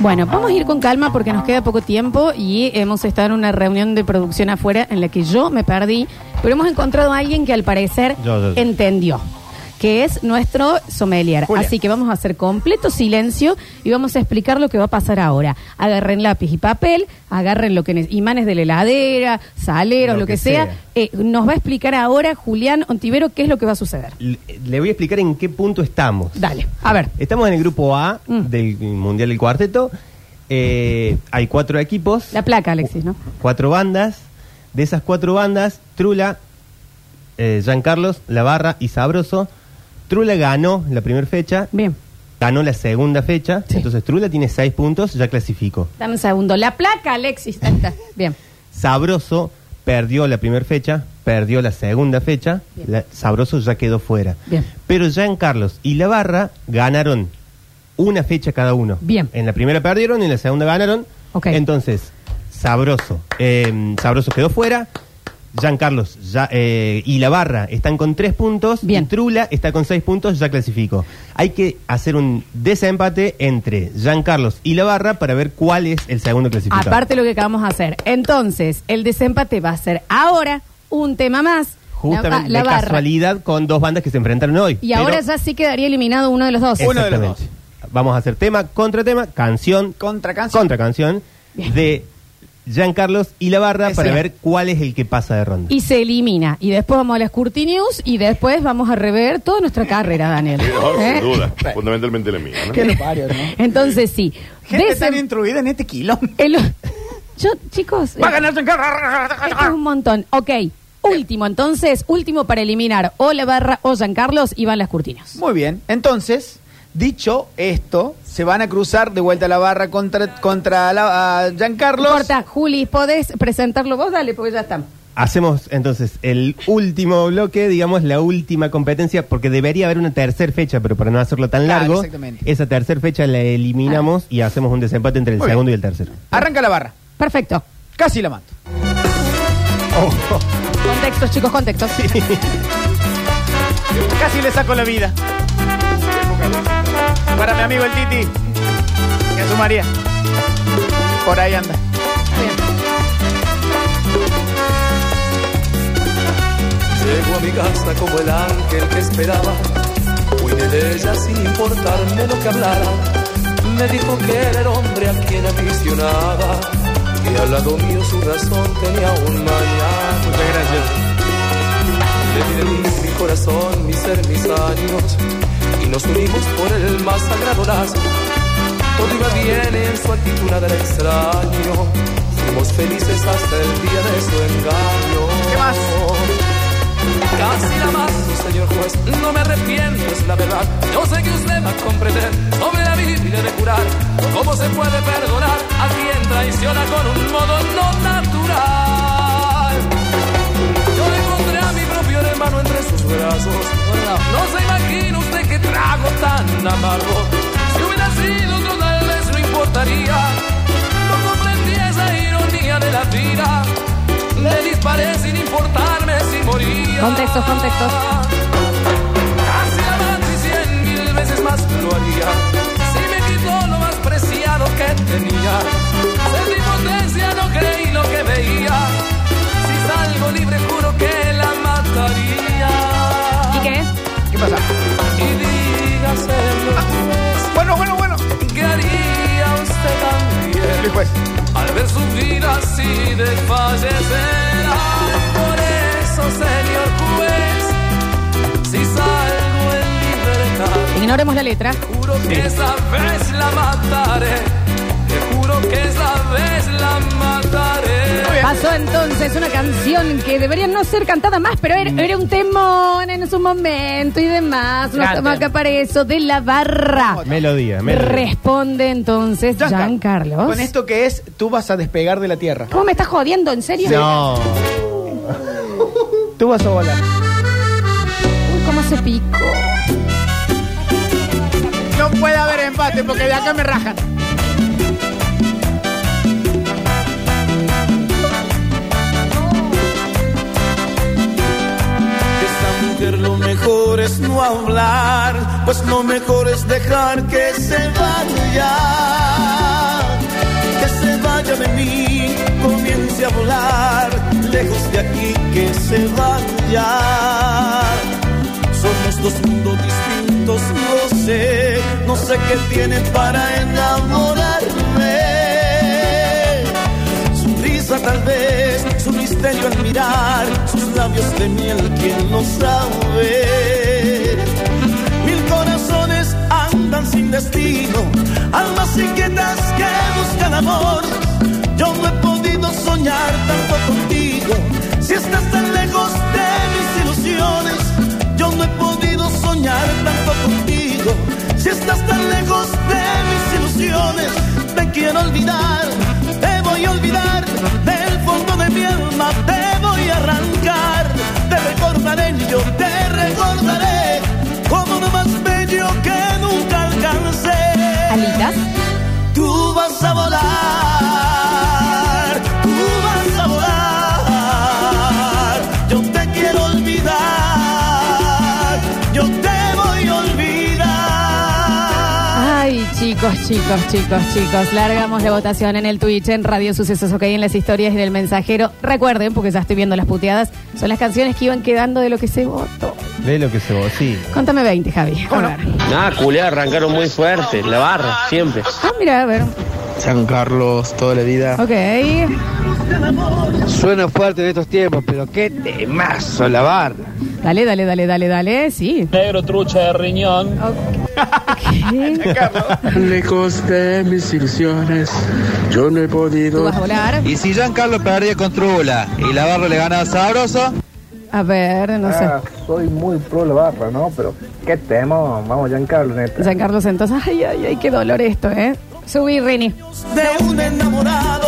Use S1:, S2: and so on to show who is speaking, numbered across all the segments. S1: Bueno, vamos a ir con calma porque nos queda poco tiempo y hemos estado en una reunión de producción afuera en la que yo me perdí, pero hemos encontrado a alguien que al parecer
S2: Yo, yo, yo.
S1: entendió, que es nuestro sommelier.
S2: Julia.
S1: Así que vamos a hacer completo silencio y vamos a explicar lo que va a pasar ahora. Agarren lápiz y papel, agarren lo que ne- imanes de la heladera, saleros, lo, que, sea. Eh, nos va a explicar ahora Julián Ontivero qué es lo que va a suceder.
S2: Le le voy a explicar en qué punto estamos.
S1: Dale, a ver.
S2: Estamos en el grupo A
S1: Mm.
S2: del Mundial del Cuarteto. Eh, hay cuatro equipos.
S1: La placa, Alexis, ¿no?
S2: Cuatro bandas. De esas cuatro bandas, Trula, eh, Giancarlos, La Barra y Sabroso. Trula ganó la primera fecha,
S1: Bien.
S2: ganó la segunda fecha.
S1: Sí.
S2: Entonces Trula tiene seis puntos, ya clasificó.
S1: Dame un segundo. La placa, Alexis. Ahí está. Bien.
S2: Sabroso perdió la primera fecha, perdió la segunda fecha,
S1: Bien.
S2: la- Sabroso ya quedó fuera.
S1: Bien.
S2: Pero Jean Carlos y La Barra ganaron una fecha cada uno.
S1: Bien.
S2: En la primera perdieron, en la segunda ganaron.
S1: Ok.
S2: Entonces, Sabroso, eh, Sabroso quedó fuera. Jean Carlos ya, eh, y La Barra están con tres puntos.
S1: Bien.
S2: Y Trula está con seis puntos, ya clasificó. Hay que hacer un desempate entre Jean Carlos y La Barra para ver cuál es el segundo clasificado.
S1: Aparte lo que acabamos de hacer. Entonces, el desempate va a ser ahora un tema más.
S2: Justamente
S1: La- la
S2: de
S1: barra.
S2: casualidad con dos bandas que se enfrentaron hoy.
S1: Y ahora
S2: Pero-
S1: ya sí quedaría eliminado uno de los dos.
S3: Uno de los
S2: Exactamente. Vamos a hacer tema contra tema, canción
S3: Contra canción.
S2: contra canción de Giancarlos y la barra
S3: Ese.
S2: para ver cuál es el que pasa de ronda.
S1: Y se elimina. Y después vamos a la Scurti News y después vamos a rever toda nuestra carrera, Daniel.
S4: No,
S1: ¿Eh?
S4: sin duda. Fundamentalmente la mía, ¿no?
S3: Qué lo parió, ¿no?
S1: Entonces sí.
S3: Gente
S1: Desem-
S3: tan intruida en este quilombo.
S1: el- Yo, chicos.
S3: Va a
S1: eh,
S3: ganar
S1: Esto es
S3: Giancarlo.
S1: un montón. Ok. Último, entonces, último para eliminar o la barra o Giancarlos y van las cortinas.
S3: Muy bien. Entonces, dicho esto, se van a cruzar de vuelta a la barra contra, contra la, a Giancarlo.
S1: Corta, Juli, ¿podés presentarlo vos? Dale, porque ya estamos.
S2: Hacemos entonces el último bloque, digamos la última competencia, porque debería haber una tercera fecha, pero para no hacerlo tan
S3: Claro,
S2: largo,
S3: exactamente.
S2: esa tercera fecha la
S1: Ah.
S2: eliminamos y hacemos un desempate entre el
S3: Muy
S2: segundo y
S3: bien.
S2: el tercero.
S3: Arranca la barra.
S1: Perfecto.
S3: Casi la mato.
S1: Contextos, chicos, contextos.
S3: Casi le saco la vida. Para mi amigo el Titi. Que sumaría. Por ahí anda.
S5: Llego a mi casa como el ángel que esperaba. Cuidé de ella sin importarme lo que hablara. Me dijo que era el hombre a quien aficionaba. Y al lado mío su razón tenía un mañana. Muchas gracias. Le di de mí mi corazón, mi ser, mis años. Y nos unimos por el más sagrado lazo. Todo iba bien en su actitud, nada era extraño. Fuimos felices hasta el día de su engaño.
S3: ¿Qué más?
S5: Casi la más, señor juez, no me arrepiento, es la verdad. Yo sé que usted va a comprender sobre la Biblia de curar. ¿Cómo se puede perdonar a quien traiciona con un modo no natural? Yo encontré a mi propio hermano entre sus brazos. No se imagina usted qué trago tan amargo. Si hubiera sido otro, tal vez no importaría. No comprendí esa ironía de la vida. Le disparé sin importarme si moría.
S1: Contextos, contextos.
S5: Casi la madre y cien mil veces más lo haría. Si me quitó lo más preciado que tenía. Sentí potencia, no creí lo que veía. Si salgo libre, juro que la mataría.
S1: ¿Y qué?
S3: ¿Qué pasa?
S5: Y dígase
S3: Bueno, bueno, bueno.
S5: ¿qué haría
S3: El
S5: usted también?
S3: juez.
S5: Al ver su vida así desfallecer. Ay, por eso, señor juez, si salgo en libertad.
S1: Ignoremos la letra.
S5: juro que esa vez la mataré. Te juro que esa vez la mataré.
S1: Pasó entonces una canción que debería no ser cantada más, pero era, era un temón en su momento y demás. No
S3: Gran
S1: estamos
S3: tema.
S1: acá para eso, de la barra.
S2: Melodía, melodía.
S1: Responde entonces Giancarlos.
S3: Con esto que es, tú vas a despegar de la tierra.
S1: ¿Cómo me estás jodiendo? ¿En serio?
S2: No.
S3: Tú vas a volar.
S1: Uy, ¿Cómo se picó?
S3: No puede haber empate porque de acá me rajan.
S6: Esa mujer lo mejor es no hablar, pues lo mejor es dejar que se vaya. mí comience a volar, lejos de aquí que se vaya. Somos dos mundos distintos, no sé, no sé qué tiene para enamorarme. Su risa tal vez, su misterio al mirar, sus labios de miel, quien lo sabe. Mil corazones andan sin destino, almas inquietas que buscan amor. Yo no he podido soñar tanto contigo, si estás tan lejos de mis ilusiones. Yo no he podido soñar tanto contigo, si estás tan lejos de mis ilusiones. Te quiero olvidar, te voy a olvidar, del fondo de mi alma te voy a arrancar. Te recordaré, yo te recordaré, como lo más bello que nunca alcancé.
S1: Alitas.
S6: Tú vas a volar, tú vas a volar. Yo te quiero olvidar, yo te voy a olvidar.
S1: Ay, chicos, chicos, chicos, chicos. Largamos la votación en el Twitch, en Radio Sucesos, ok, en las historias, en el mensajero. Recuerden, porque ya estoy viendo las puteadas, son las canciones que iban quedando de lo que se votó.
S2: Ve lo que se vos, sí.
S1: Contame 20, Javi. A ver.
S7: Nada, culiá, arrancaron muy fuerte, la barra, siempre.
S1: Ah, mira, a ver.
S8: San Carlos, toda la vida.
S1: Ok.
S8: Suena fuerte en estos tiempos, pero qué temazo la barra.
S1: Dale, dale, dale, dale, dale. Sí.
S9: Negro trucha de riñón.
S1: Ok.
S10: Lejos de mis ilusiones, yo no he
S1: Tú
S10: podido.
S1: vas a volar.
S8: Y si Giancarlo perdió con Trula y la barra le gana a Sabroso,
S1: A ver, no sé.
S8: Ah, soy muy pro la barra, ¿no? Pero qué tema, vamos Giancarlo, neta.
S1: Giancarlo entonces. Ay, ay, ay, qué dolor esto, ¿eh? Subí, Rini.
S6: de un enamorado.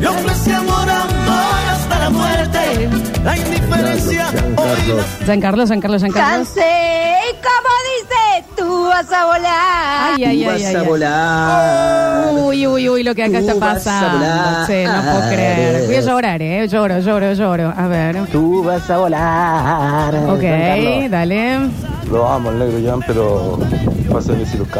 S6: Le ofrece amor, amor hasta la muerte. La indiferencia hoy la
S1: Giancarlo, Giancarlo, Giancarlo.
S11: Cansé, y como dice, tú vas a volar.
S1: Ay, ay, ay, ay. ay.
S8: volar.
S1: Uy, uy, uy, lo que acá
S8: Tú
S1: está
S8: vas a
S1: pasando.
S8: volar.
S1: Sí, no puedo creer. Voy a llorar, ¿eh? Lloro, lloro, lloro. A ver.
S8: Tú vas a volar.
S1: Ok, dale.
S10: Lo amo, el negro Jan, pero pasa de decir la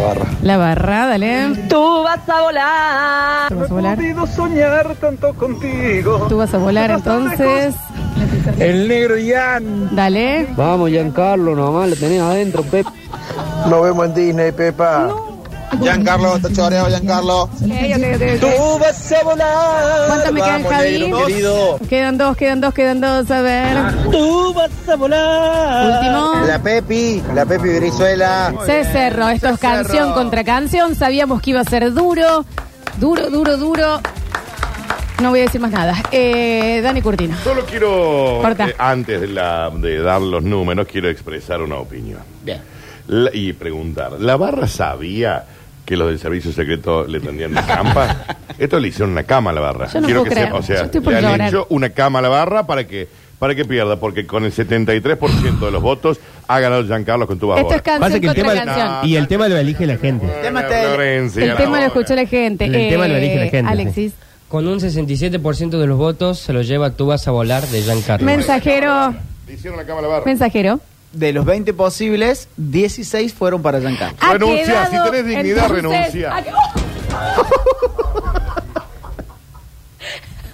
S10: barra.
S1: La barra, dale.
S11: Tú vas a volar.
S1: Tú vas a volar.
S10: soñar tanto contigo.
S1: Tú vas a volar, entonces.
S10: El negro Jan.
S1: Dale.
S8: Vamos Giancarlo, nomás le tenés adentro, Pep.
S10: Nos vemos en Disney, Pepa.
S8: Giancarlo, está choreado Giancarlo.
S6: Tú vas a volar.
S1: ¿Cuántas me quedan, Javi? Quedan dos, quedan dos, quedan dos. A ver.
S6: Tú vas a volar.
S1: Último.
S8: Pepi, la Pepi Brizuela.
S1: Se cerró. Esto es canción contra canción. Sabíamos que iba a ser duro. Duro, duro, duro. No voy a decir más nada. Eh, Dani Curtino.
S4: Solo quiero,
S1: Corta.
S4: eh, antes de, la- de dar los números, quiero expresar una opinión.
S3: Bien.
S4: La- y preguntar, ¿la barra sabía que los del servicio secreto le tendían una campa? Esto le hicieron una cama a la barra.
S1: Yo no
S4: quiero
S1: puedo
S4: que
S1: creer.
S4: sepa, o sea,
S1: Yo estoy por
S4: le han
S1: llorar.
S4: hecho una cama a la barra para que, para que pierda, porque con el 73% de los votos ha ganado Giancarlo con tu barra.
S1: Esto es
S2: Pasa
S1: canción
S2: que el
S1: contra
S2: tema,
S1: canción.
S2: y el tema lo elige la gente.
S3: tema está-
S1: El tema lo escuchó la gente.
S2: El tema lo elige la gente,
S1: Alexis.
S7: Con un 67% de los votos se lo lleva Tú vas a volar de Giancarlo.
S1: Mensajero.
S4: Le hicieron la cama a la barra.
S1: Mensajero.
S3: De los 20 posibles, 16 fueron para Giancarlo.
S1: Ha
S4: Renuncia,
S1: quedado,
S4: si tenés dignidad, renuncia.
S1: ha que- ¡Oh!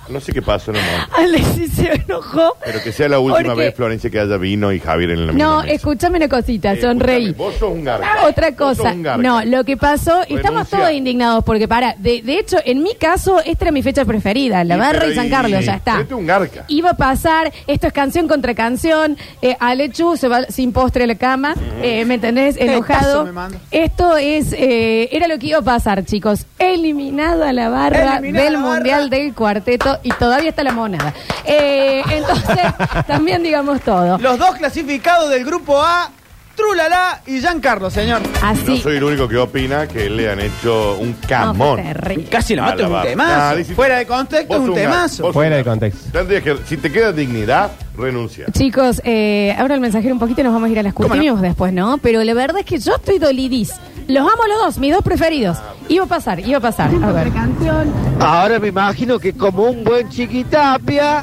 S4: No sé qué pasó, no, no.
S1: Alexis se enojó.
S4: Pero que sea la última
S1: Porque-
S4: vez, Florencia, que haya vino y Javier en la misma
S1: No,
S4: mesa.
S1: escúchame una cosita,
S4: Eh,
S1: sonreí.
S4: escúchame, Vos sos un garca.
S1: Ah, Otra
S4: Vos sos
S1: cosa,
S4: un garca.
S1: no, lo que pasó,
S4: Renuncia.
S1: estamos todos indignados porque para, de, de hecho, en mi caso, esta era mi fecha preferida, la
S4: Sí,
S1: barra
S4: pero
S1: y San
S4: y-
S1: Carlos, ya está.
S4: Vete un garca.
S1: Iba a pasar, esto es canción contra canción, eh, Alechu se va sin postre a la cama, eh, ¿me entendés? Enojado.
S3: Tetazo me manda.
S1: Esto es, eh, era lo que iba a pasar, chicos. Eliminado a la barra
S3: Eliminada
S1: del
S3: la barra.
S1: Mundial del Cuarteto y todavía está la monada. Eh, entonces, también digamos todo.
S3: Los dos clasificados del grupo A, Trulala y Giancarlo, señor.
S4: No
S1: Así.
S4: soy el único que opina que le han hecho un
S1: No, fue
S4: camón.
S1: terrible.
S3: Casi no,
S4: A
S3: esto
S4: la
S3: es un
S4: barra.
S3: temazo.
S4: Nah, dice-
S3: Fuera de contexto
S4: Vos
S3: es un
S4: sos garca.
S3: temazo.
S4: Vos
S2: Fuera
S4: sos
S2: de
S4: un garca.
S2: contexto.
S4: Tendrías que- si te queda dignidad, renuncia.
S1: Chicos, eh, ahora el mensajero un poquito y nos vamos a ir a las
S3: ¿Cómo no?
S1: Curtinius después, ¿no? Pero la verdad es que yo estoy dolidis. Los amo a los dos, mis dos preferidos. Iba a pasar, iba a pasar. A ver.
S8: Ah, Ahora me imagino que como un buen chiquitapia,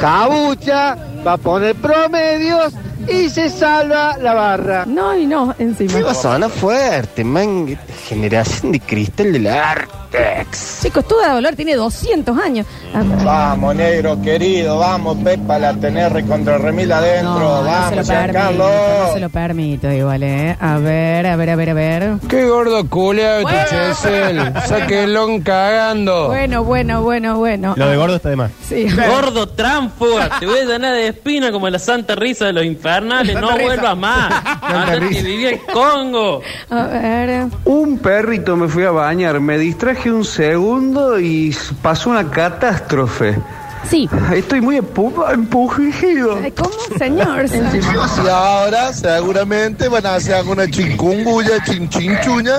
S8: jabucha, va a poner promedios y se salva la barra.
S1: No y no, encima.
S8: fuerte, man. Generación de cristal del arte.
S4: Tex.
S1: Chicos, toda la dolor tiene 200 años. Ah,
S12: Vamos, negro querido, vamos, Pepa, la tenés recontra remil adentro.
S1: no, no se lo
S12: vamos,
S1: permito,
S12: Giancarlo.
S1: no se lo permito igual, ¿eh? A ver, a ver, a ver, a ver.
S13: Qué gordo culeado este Chesel. Sáquenlo cagando.
S1: Bueno, bueno, bueno, bueno.
S2: Lo de gordo está de más.
S1: Sí.
S14: Gordo tránfuga, te voy a llenar de espina como la santa risa de los infernales, no vuelvas más. Andate que viví en Congo.
S1: A ver.
S15: Un perrito me fui a bañar, me distraje un segundo y s- pasó una catástrofe.
S1: Sí.
S15: Estoy muy empu- empujido.
S1: Ay, ¿Cómo, señor?
S12: Y ahora seguramente van a hacer alguna chincunguya, chinchinchuña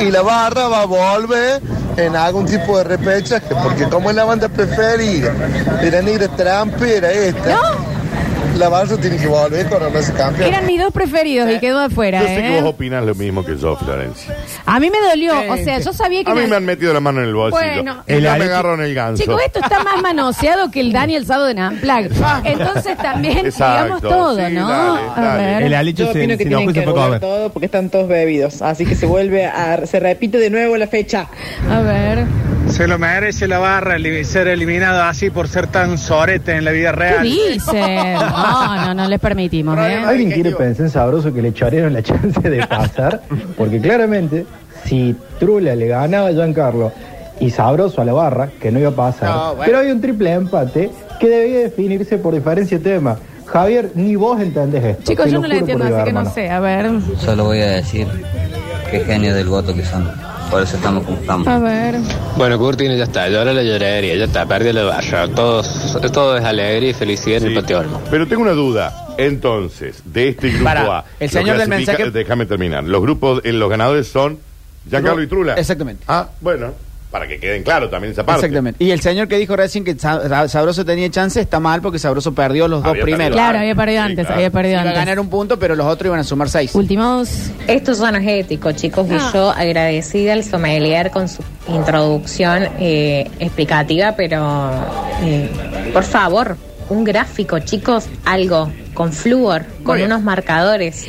S12: y la barra va a volver en algún tipo de repechaje, porque como es la banda preferida de la negra trampa era esta, la barra tiene que volver con ese campeón.
S1: Eran mis dos preferidos y quedó afuera,
S4: Yo sé que
S1: ¿eh?
S4: vos opinás lo mismo que yo, Florencia.
S1: A mí me dolió, o sea, yo sabía que...
S4: A mí
S1: me-
S4: me han metido la mano en el bolsillo.
S1: Bueno. este
S4: y
S1: El
S4: ya me
S1: Atleti-
S4: agarraron el ganso.
S1: Chicos, esto está más manoseado que el Daniel Sado de Namplag. Entonces también
S4: Exacto.
S1: digamos todo,
S4: Sí,
S1: ¿no?
S4: dale,
S1: A
S4: dale.
S1: ver.
S2: El Alecho
S16: Yo
S2: se,
S16: opino
S2: se
S16: que
S2: enojó
S16: tienen
S2: y
S16: que
S2: se fue a
S16: revolver
S2: comer.
S16: todo porque están todos bebidos. Así que se vuelve a. Se repite de nuevo la fecha.
S1: A ver.
S17: Se lo merece la barra eli- ser eliminado así por ser tan sorete en la vida
S1: ¿Qué
S17: real.
S1: dicen? No, no, no les permitimos, ¿eh?
S18: ¿Alguien quiere pensar en sabroso que le chorearon la chance de pasar? Porque claramente, si Trula le ganaba a Giancarlo y sabroso a la barra, que no iba a pasar,
S19: No, bueno.
S18: pero hay un triple empate que debía definirse por diferencia de tema. Javier, ni vos entendés esto.
S1: Chicos,
S18: te lo
S1: yo no lo
S18: juro por
S1: entiendo,
S18: Dios,
S1: así que no
S18: hermano.
S1: sé. A ver.
S20: Solo voy a decir qué genio del voto que son. Por eso estamos como estamos.
S1: A ver.
S21: Bueno, Curtino ya está, llora la llorería, ya está, perdió la barra. Todos, todo es alegría y felicidad en el patio Olmo.
S4: Pero tengo una duda. Entonces, de este grupo
S3: Pará,
S4: A.
S3: el
S4: lo
S3: señor del
S4: clasifica-
S3: mensaje-
S4: Déjame terminar. Los grupos, eh, los ganadores son Giancarlo y Trula.
S3: Exactamente.
S4: Ah, bueno. Para que queden claros también esa parte.
S3: Exactamente. Y el señor que dijo recién que Sa- Sa- Sabroso tenía chance está mal porque Sabroso perdió los dos
S4: Había
S3: primeros.
S4: perdido
S1: Claro, había perdido antes, había perdido
S3: Iba a
S1: antes.
S3: ganar un punto, pero los otros iban a sumar seis.
S1: Últimos.
S22: Esto ya no es ético, chicos,
S1: Ah.
S22: y yo agradecida al sommelier con su introducción eh, explicativa, pero eh, por favor, un gráfico, chicos, algo con flúor, con
S1: bien.
S22: unos marcadores.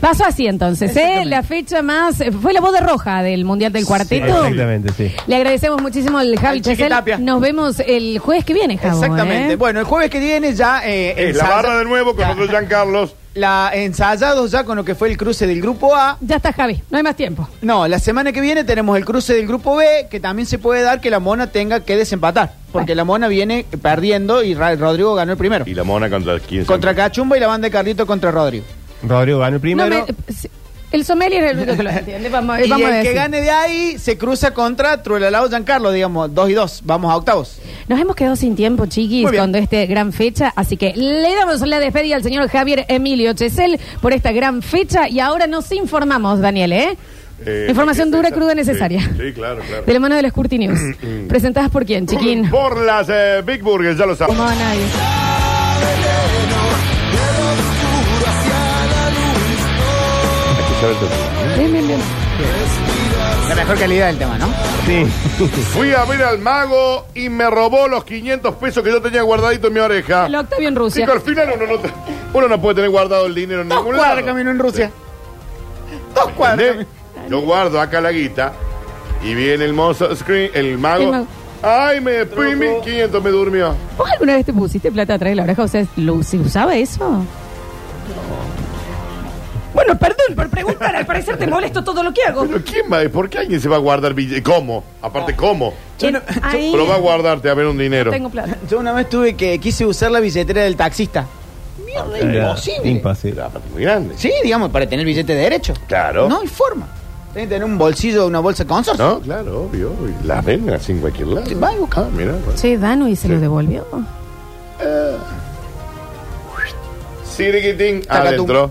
S1: Pasó así entonces, ¿eh? La fecha más... Fue la voz de roja del Mundial del Cuarteto.
S2: Exactamente, sí.
S1: Le agradecemos muchísimo al Javi
S3: Al Chiqui
S1: Chesel.
S3: Tapia.
S1: Nos vemos el jueves que viene, Javo,
S3: Exactamente.
S1: ¿eh?
S3: Bueno, el jueves que viene ya. eh,
S4: Es la
S3: ensaya-
S4: barra de nuevo con otro Giancarlos.
S3: La ensayados ya con lo que fue el cruce del grupo A.
S1: Ya está Javi, no hay más tiempo.
S3: No, la semana que viene tenemos el cruce del grupo B, que también se puede dar que la mona tenga que desempatar, porque la mona viene perdiendo y Ra- Rodrigo ganó el primero.
S4: Y la mona contra el 15.
S3: Contra Cachumba y la banda de Carlito contra Rodrigo.
S2: Rodrigo ganó el primero.
S1: No me- sí, el sommelier es el único que lo entiende. Vamos,
S3: Y
S1: vamos a
S3: el que
S1: decir.
S3: gane de ahí se cruza contra Truelalao Giancarlo, digamos, dos y dos. Vamos a octavos.
S1: Nos hemos quedado sin tiempo, chiquis,
S3: Muy bien.
S1: con este gran fecha. Así que le damos la despedida al señor Javier Emilio Chesel por esta gran fecha. Y ahora nos informamos, Daniel, ¿eh?
S4: Eh,
S1: Información
S4: hay que
S1: dura,
S4: pensar-
S1: cruda, necesaria.
S4: Sí, sí, claro, claro.
S1: De la mano de las Curti News. ¿Presentadas por quién, chiquín?
S4: Por las eh, Big Burgers, ya lo sabes.
S1: Como a nadie. Bien, bien, bien.
S3: La mejor calidad del tema, ¿no?
S2: Sí.
S4: Fui a ver al mago y me robó los 500 pesos que yo tenía guardadito en mi oreja.
S1: El Octavio en Rusia.
S4: Chico, al final uno no, te- uno no puede tener guardado el dinero en
S3: Dos
S4: ningún
S3: cuadras
S4: lado.
S3: camino en Rusia.
S4: Dos cuadras. Yo guardo acá la guita y viene el mozo, screen, el
S1: El
S4: mago.
S1: mago.
S4: Ay, me fui, 500 me durmió.
S1: ¿Vos alguna vez te pusiste plata atrás de la oreja? O sea, ¿lo- ¿se usaba eso? Bueno, perdón por preguntar. Al parecer te molesto todo lo que hago.
S4: Pero ¿quién va? ¿Por qué alguien se va a guardar billete? ¿Cómo? Aparte, ¿cómo?
S1: Yo no- Ahí-
S4: Pero va a guardarte a ver un dinero.
S1: Tengo plata.
S3: Yo una vez tuve que quise usar la billetera del taxista.
S4: Era
S3: imposible.
S2: Imposible.
S4: Muy grande.
S3: Sí, digamos, para tener billete de derecho.
S4: Claro.
S3: No hay forma. Tiene que tener un bolsillo, una bolsa consorcio.
S4: No, claro, obvio. obvio. Las venden así en cualquier lado.
S3: Va y busca.
S4: Ah, mira.
S1: Che, Danu, ¿y se lo devolvió?
S4: Siriquitín
S3: Tacatum.
S4: adentro.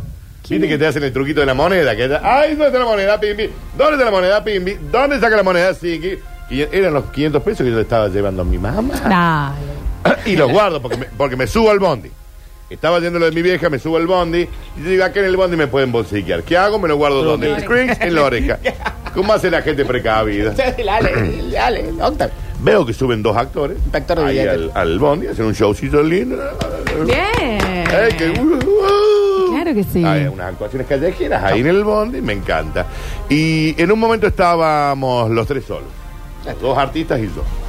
S4: Viste que te hacen el truquito de la moneda. Que te- Ay, ¿dónde está la moneda, Pimbi? ¿Dónde está la moneda, Pimbi? ¿Dónde saca la moneda, Siki? Y eran los 500 pesos que yo le estaba llevando a mi mamá.
S1: Dale.
S4: Y los guardo porque me, porque me subo al bondi. Estaba yendo lo de mi vieja, me subo al bondi. Y yo digo, acá en el bondi me pueden bolsiquear. ¿Qué hago? Me lo guardo donde. Screens en la oreja. ¿Cómo hace la gente precavida?
S3: Dale, dale, Octavio.
S4: Veo que suben dos actores.
S3: de
S4: ahí al,
S3: billetes.
S4: al bondi, hacen un showcito lindo.
S1: Bien.
S4: Ay, que-
S1: Claro que sí.
S4: Hay unas actuaciones callejeras ahí en el bondi, me encanta. Y en un momento estábamos los tres solos. Dos artistas y yo.